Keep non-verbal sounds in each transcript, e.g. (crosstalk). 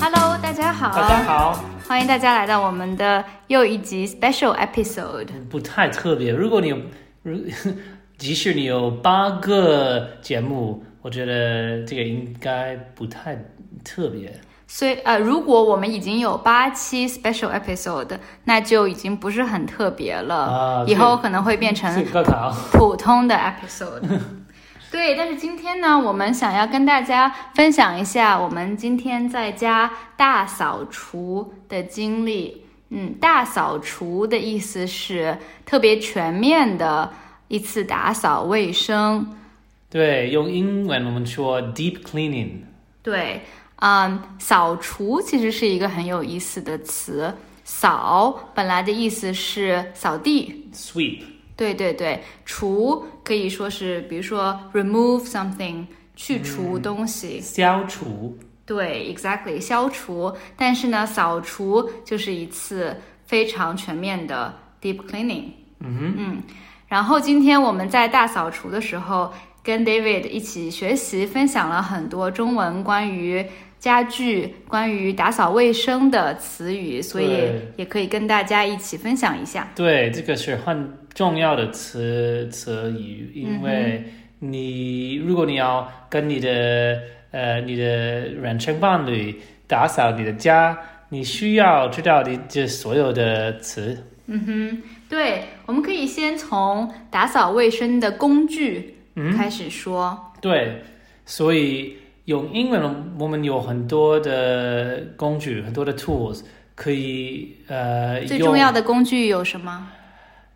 好，大家好，欢迎大家来到我们的又一集 special episode。不太特别。如果你有，如即使你有八个节目，我觉得这个应该不太特别。所以呃，如果我们已经有八期 special episode，那就已经不是很特别了，啊以后可能会变这成个考，普通的 (laughs) episode。对，但是今天呢，我们想要跟大家分享一下我们今天在家大扫除的经历。嗯，大扫除的意思是特别全面的一次打扫卫生。对，用英文我们说 deep cleaning。对，嗯，扫除其实是一个很有意思的词。扫本来的意思是扫地， Sweep，对对对，除可以说是，比如说 remove something，去除东西。消除，对，exactly 消除。但是呢，扫除就是一次非常全面的 deep cleaning。嗯嗯。然后今天我们在大扫除的时候，跟 David 一起学习，分享了很多中文关于家具、关于打扫卫生的词语，所以对也可以跟大家一起分享一下。对，这个是很重要的词词语，因为你、如果你要跟你的呃你的人生伴侣打扫你的家，你需要知道你这所有的词。嗯哼，对，我们可以先从打扫卫生的工具嗯开始说。对，所以用英文我们有很多的工具，很多的 tools 可以呃最重要用的工具有什么？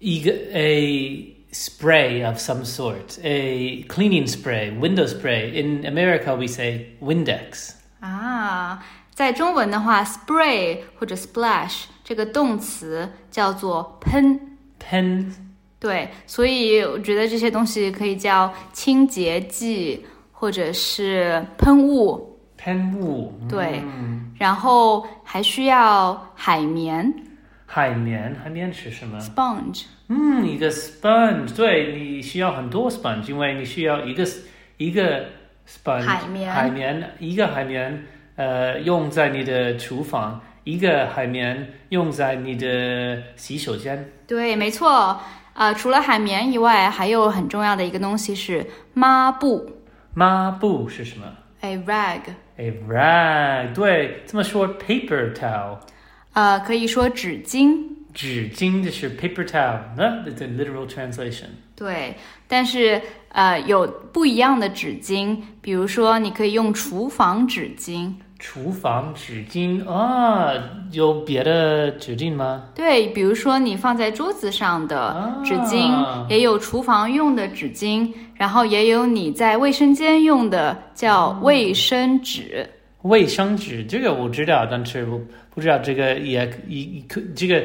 一个 a spray of some sort, a cleaning spray, window spray. In America, we say Windex. 啊，在中文的话，spray 或者 splash 这个动词叫做喷， Pen 对，所以我觉得这些东西可以叫清洁剂或者是喷雾， pen 雾，对，嗯，然后还需要海绵海绵，海绵是什么？ sponge，嗯，一个 Hmm, sponge，对你需要很多 sponge，因为你需要一个一个 sponge 海绵海绵一个海绵，呃，用在你的厨房，一个海绵用在你的洗手间。对，没错，呃，除了海绵以外，还有很重要的一个东西是抹布，抹布是什么哎，rag， ？A rag，对，这么说 paper towel，呃，可以说纸巾。纸巾就是 paper towel，那、t h a t s a literal translation。对，但是呃，有不一样的纸巾，比如说你可以用厨房纸巾，厨房纸巾啊，有别的指定吗？对，比如说你放在桌子上的纸巾，啊也有厨房用的纸巾，然后也有你在卫生间用的叫卫生纸。卫生纸这个我知道，但是我不知道这个也也可这个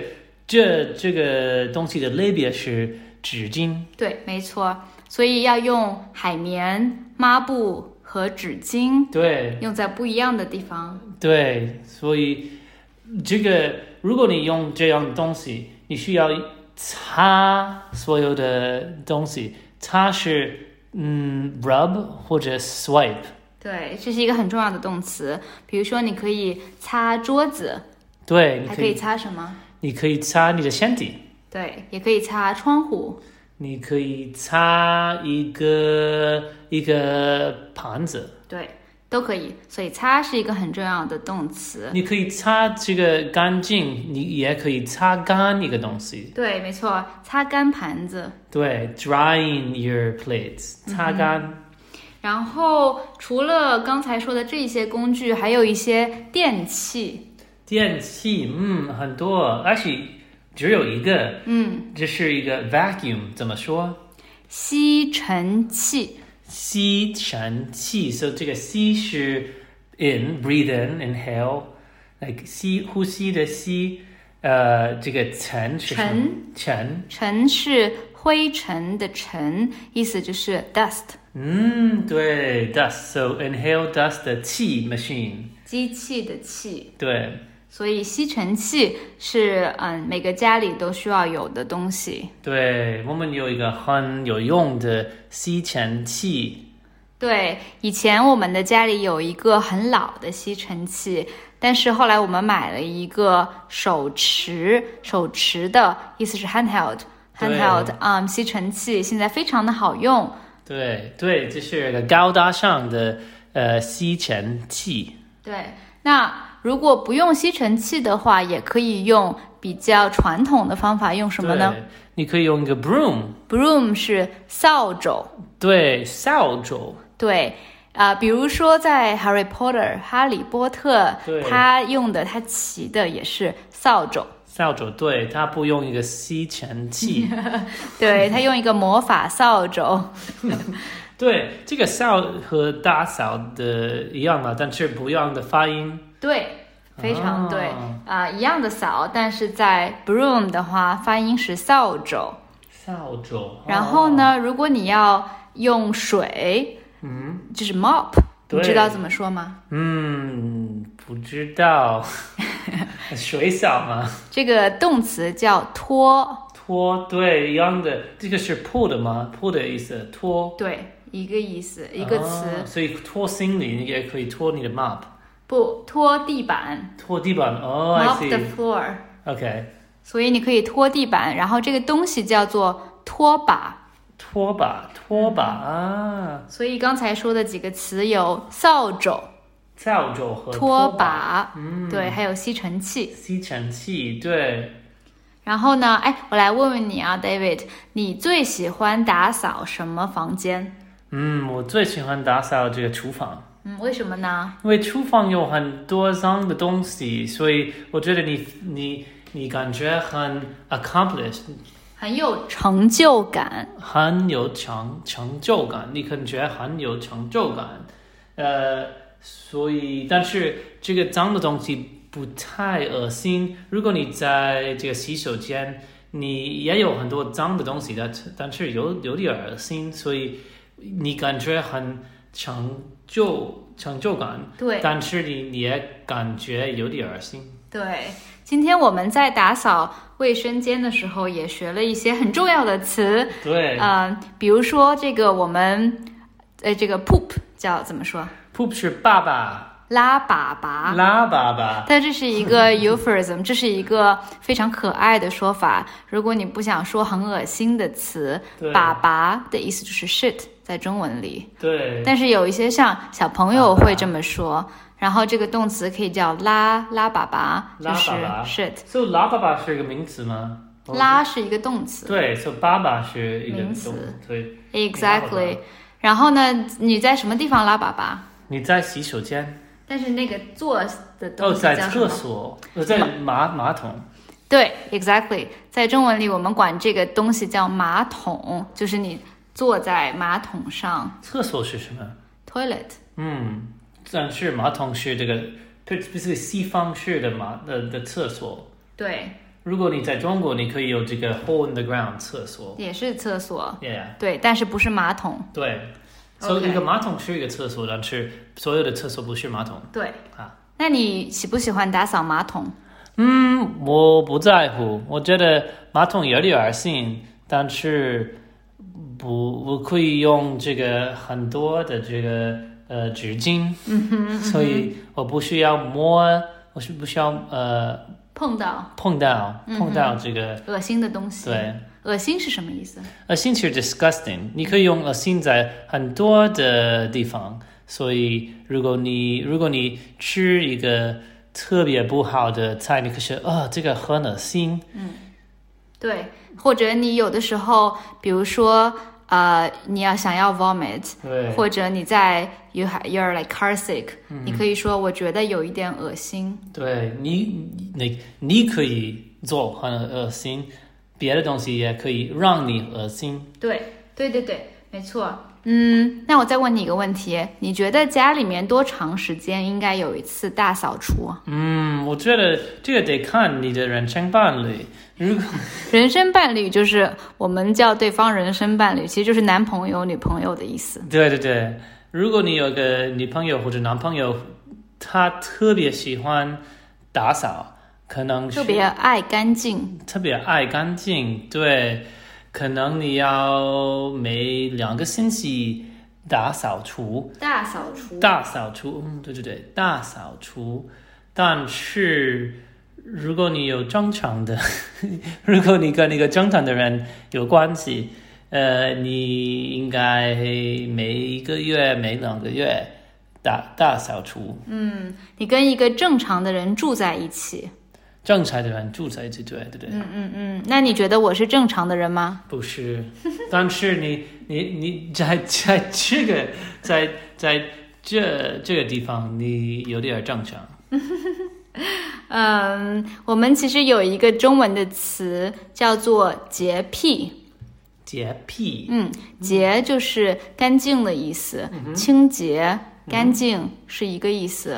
这这个东西的类别是纸巾。对，没错，所以要用海绵、抹布和纸巾，对用在不一样的地方。对，所以这个如果你用这样东西，你需要擦所有的东西，擦是嗯 rub 或者 swipe。对，这是一个很重要的动词。比如说，你可以擦桌子，对，你还可可以擦什么？你可以擦你的身体。对，也可以擦窗户。你可以擦一个一个盘子，对，都可以。所以擦是一个很重要的动词。你可以擦这个干净，你也可以擦干一个东西。对，没错，擦干盘子。对，drying your plates，擦嗯干。然后除了刚才说的这些工具，还有一些电器。电器，嗯，很多，actually 只有一个，嗯，这是一个 vacuum，怎么说？吸尘器。吸尘器，so 这个吸是 in breathe in inhale，like 吸呼吸的吸，呃，这个尘是什么？尘尘是灰尘的尘，意思就是 dust 嗯，对，dust so inhale dust 的气 machine，机器的器。对所以吸尘器是嗯每个家里都需要有的东西。对，我们有一个很有用的吸尘器，对，以前我们的家里有一个很老的吸尘器，但是后来我们买了一个手持，手持的意思是 handheld 对 handheld 嗯吸尘器，现在非常的好用。对对，这是个高大上的呃吸尘器。对，那如果不用吸尘器的话，也可以用比较传统的方法，用什么呢对？你可以用一个 broom， ？Broom 是扫帚，对，扫帚，对。啊、比如说在《Harry Potter》哈利波特对，他用的他骑的也是扫帚，扫帚，对，它不用一个吸尘器。 (laughs) 对他用一个魔法扫帚，对，这个扫和大扫的一样嘛，但是不一样的发音。对，非常对哦啊、一样的扫，但是在 broom 的话发音是扫哦帚。扫帚。然后哦？呢，如果你要用水，嗯就是 mop，你对知道怎么说吗？嗯，不知 (laughs) 道。水扫吗？这个动词叫拖，拖，对，一样的。这个是破的吗？破的意思，拖对，一个意思，一个词。啊所以拖行李，你也可以拖你的 mop，不拖地板拖地板。哦、i ，mop the see。 floor。 OK，所以你可以拖地板，然后这个东西叫做拖把。拖把，拖把嗯啊，所以刚才说的几个词有扫帚、扫帚和拖把，把，对，还有吸尘器。吸尘器，对。然后呢，哎，我来问问你啊，David，你最喜欢打扫什么房间？嗯，我最喜欢打扫这个厨房，嗯，为什么呢？因为厨房有很多脏的东西，所以我觉得你你你感觉很 accomplished，很有成就感。很有成成就感，你感觉很有成就感，呃，所以但是这个脏的东西不太恶心。如果你在这个洗手间，你也有很多脏的东西，但是但是有有点恶心，所以你感觉很成就成就感，对但是你你也感觉有点恶心。对，今天我们在打扫卫生间的时候，也学了一些很重要的词，对、 (laughs) 嗯、比如说这个我们，呃，这个 poop 叫怎么说？ p o o p 是爸爸，拉粑粑。拉爸爸。但这是一 (laughs) 个 euphemism，这是一个非常可爱的说法。如果你不想说很恶心的词，对粑粑的意思就是 shit，在中文里。对，但是有一些像小朋友会这么说，然后这个动词可以叫拉拉粑粑，就拉哦是粑粑 shit。 (laughs) So 拉爸爸是一个名词吗？拉是一个动词对，So 爸爸是一个名词动对， ，exactly 粑粑。然后呢，你在什么地方拉粑粑？你在洗手间？但是那个坐的哦，东西在叫什厕么？所，呃，在马马桶。对，exactly，在中文里我们管这个东西叫马桶，就是你坐在马桶上厕所是什么？ ，toilet。嗯，但是马桶是这个，特别是西方式的马的的厕所。对，如果你在中国，你可以有这个 hole in the ground 厕所。也是厕所， Yeah，对，但是不是马桶，对。所、 OK 以一个马桶是一个厕所，但是所有的厕所不是马桶对。啊。那你喜不喜欢打扫马桶？嗯，我不在乎，我觉得马桶有点恶心，但是不，我可以用这个很多的这个呃纸巾，所以我不需要摸，我是不需要呃碰到碰到碰到这个、恶心的东西，，对。恶心是什么意思？恶心是 disgusting，你可以用恶心在很多的地方，所以如果你如果你吃一个特别不好的菜，你可是啊、这个很恶心，对，或者你有的时候，比如说，呃，你要想要 vomit，对或者你在 you ha- you're like car sick，、你可以说我觉得有一点恶心，对你，你你可以做很恶心，别的东西也可以让你恶心。对，对对对，没错。嗯，那我再问你一个问题，你觉得家里面多长时间应该有一次大扫除啊？嗯，我觉得这个得看你的人生伴侣。如果人生伴侣就是我们叫对方人生伴侣，其实就是男朋友、女朋友的意思。对对对，如果你有个女朋友或者男朋友，他特别喜欢打扫，可能是特别爱干净，特别爱干净，对，可能你要每两个星期打扫除，大扫除，大扫除，嗯，对对对，大扫除。但是如果你有正常的， (laughs) 如果你跟一个正常的人有关系，呃，你应该每一个月、每两个月大大扫除。嗯，你跟一个正常的人住在一起，正常的人住在一起，对对对，嗯嗯嗯，那你觉得我是正常的人吗？不是。但是你你你在在这个在在这这个地方，你有点正常。嗯，我们其实有一个中文的词叫做洁癖，洁癖，嗯，洁就是干净的意思，清洁、干净是一个意思。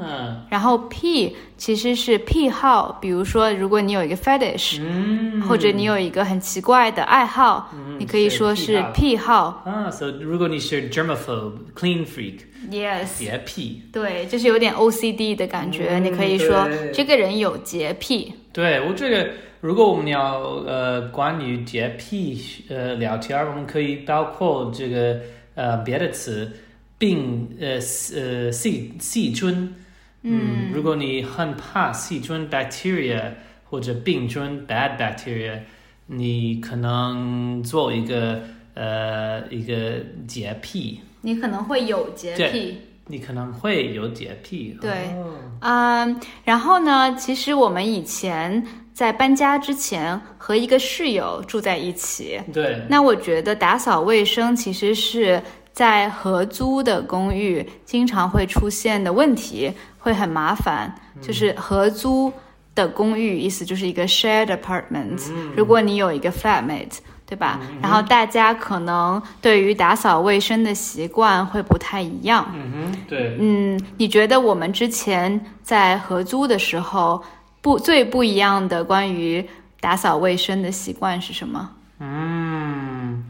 嗯然后癖其实是癖好，比如说，如果你有一个 fetish，、嗯，或者你有一个很奇怪的爱好，嗯你可以说是癖是好癖好。啊，so 如果你是 germaphobe、clean freak， Yes，洁癖，对，就是有点 OCD 的感觉，嗯你可以说对这个人有洁癖。对我这个，如果我们要呃关于洁癖呃聊天儿，我们可以包括这个呃别的词，病呃细呃细细菌，嗯，如果你很怕细菌 bacteria 或者病菌 bad bacteria，你可能做一个呃一个洁癖，你可能会有洁对癖，你可能会有洁癖，对哦嗯，然后呢，其实我们以前在搬家之前和一个室友住在一起，对，那我觉得打扫卫生其实是在合租的公寓经常会出现的问题，会很麻烦。就是合租的公寓，意思就是一个 shared apartment、如果你有一个 flatmate，对吧？然后大家可能对于打扫卫生的习惯会不太一样。嗯哼，对，嗯，你觉得我们之前在合租的时候，不最不一样的关于打扫卫生的习惯是什么？嗯，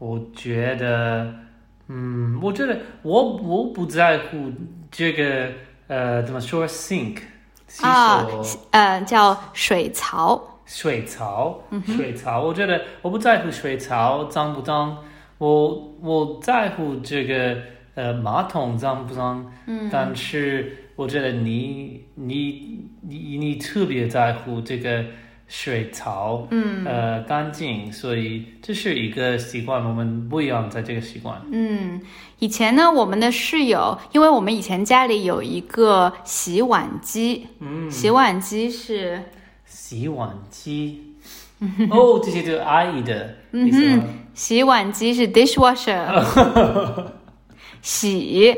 我觉得，嗯，我觉得我我不在乎这个呃怎么说 sink 洗手、啊，呃，叫水槽。水槽，水槽，我觉得我不在乎水槽脏不脏，我我在乎这个呃马桶脏不脏，嗯，但是我觉得你你你你特别在乎这个水槽，嗯，呃干净，所以这是一个习惯，我们不一样在这个习惯，嗯，以前呢，我们的室友，因为我们以前家里有一个洗碗机，嗯，洗碗机是，洗碗机，哦，这些就是阿姨的意思嗯吗？洗碗机是 dishwasher，洗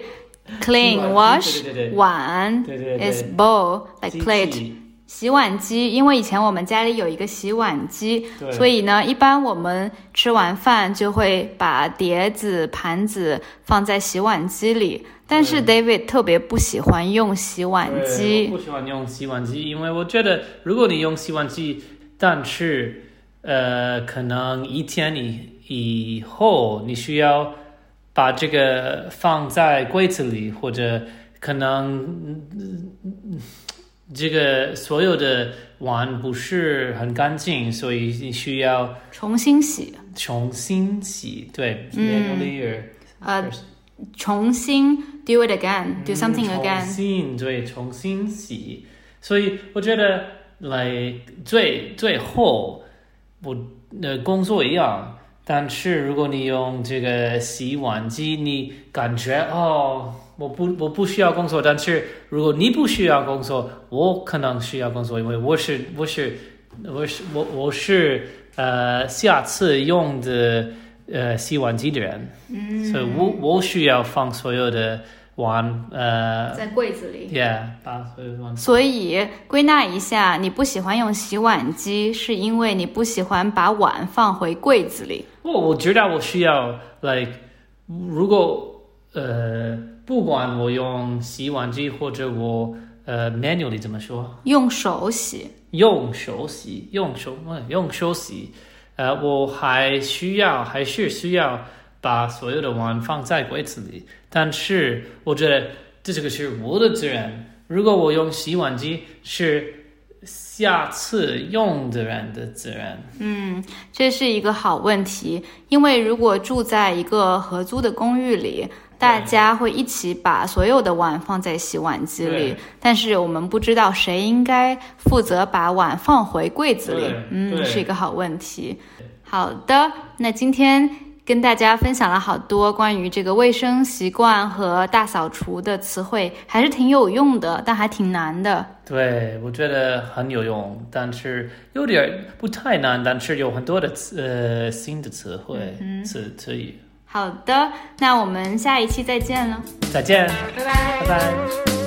clean 洗 wash 碗机对碗对对对对对对 is bowl like 机器 plate。洗碗机，因为以前我们家里有一个洗碗机，对所以呢，一般我们吃完饭就会把碟子、盘子放在洗碗机里。但是 David 特别不喜欢用洗碗对机，我不喜欢用洗碗机，因为我觉得如果你用洗碗机，但是呃，可能一天以以后你需要把这个放在柜子里，或者可能、嗯嗯嗯这个所有的碗不是很干净，所以你需要重新洗，重新洗。对，嗯 manually or 呃 first，重新 do it again，do 嗯 something 重 again。新对，重新洗。所以我觉得来最最后我的工作一样，但是如果你用这个洗碗机，你感觉哦，我不我不需要工作，但是如果你不需要工作，我可能需要工作，因为我是我是我是我我是呃下次用的呃洗碗机的人，嗯，所以我我需要放所有的碗呃在柜子里。 ，yeah，把所有的碗所以归纳一下，你不喜欢用洗碗机，是因为你不喜欢把碗放回柜子里。我我知道我需要，like，如果呃，不管我用洗碗机或者我呃 manually 怎么说，用手洗，用手洗，用手呃用手洗，呃，我还需要还是需要把所有的碗放在柜子里，但是我觉得这这个是我的责任。如果我用洗碗机是下次用的人的责任。嗯，这是一个好问题，因为如果住在一个合租的公寓里，大家会一起把所有的碗放在洗碗机里对，但是我们不知道谁应该负责把碗放回柜子里对。嗯，对是一个好问题。好的，那今天跟大家分享了好多关于这个卫生习惯和大扫除的词汇，还是挺有用的，但还挺难的。对，我觉得很有用，但是有点儿不太难，但是有很多的词呃新的词汇、嗯词词语。好的，那我们下一期再见了，再见，拜拜拜拜。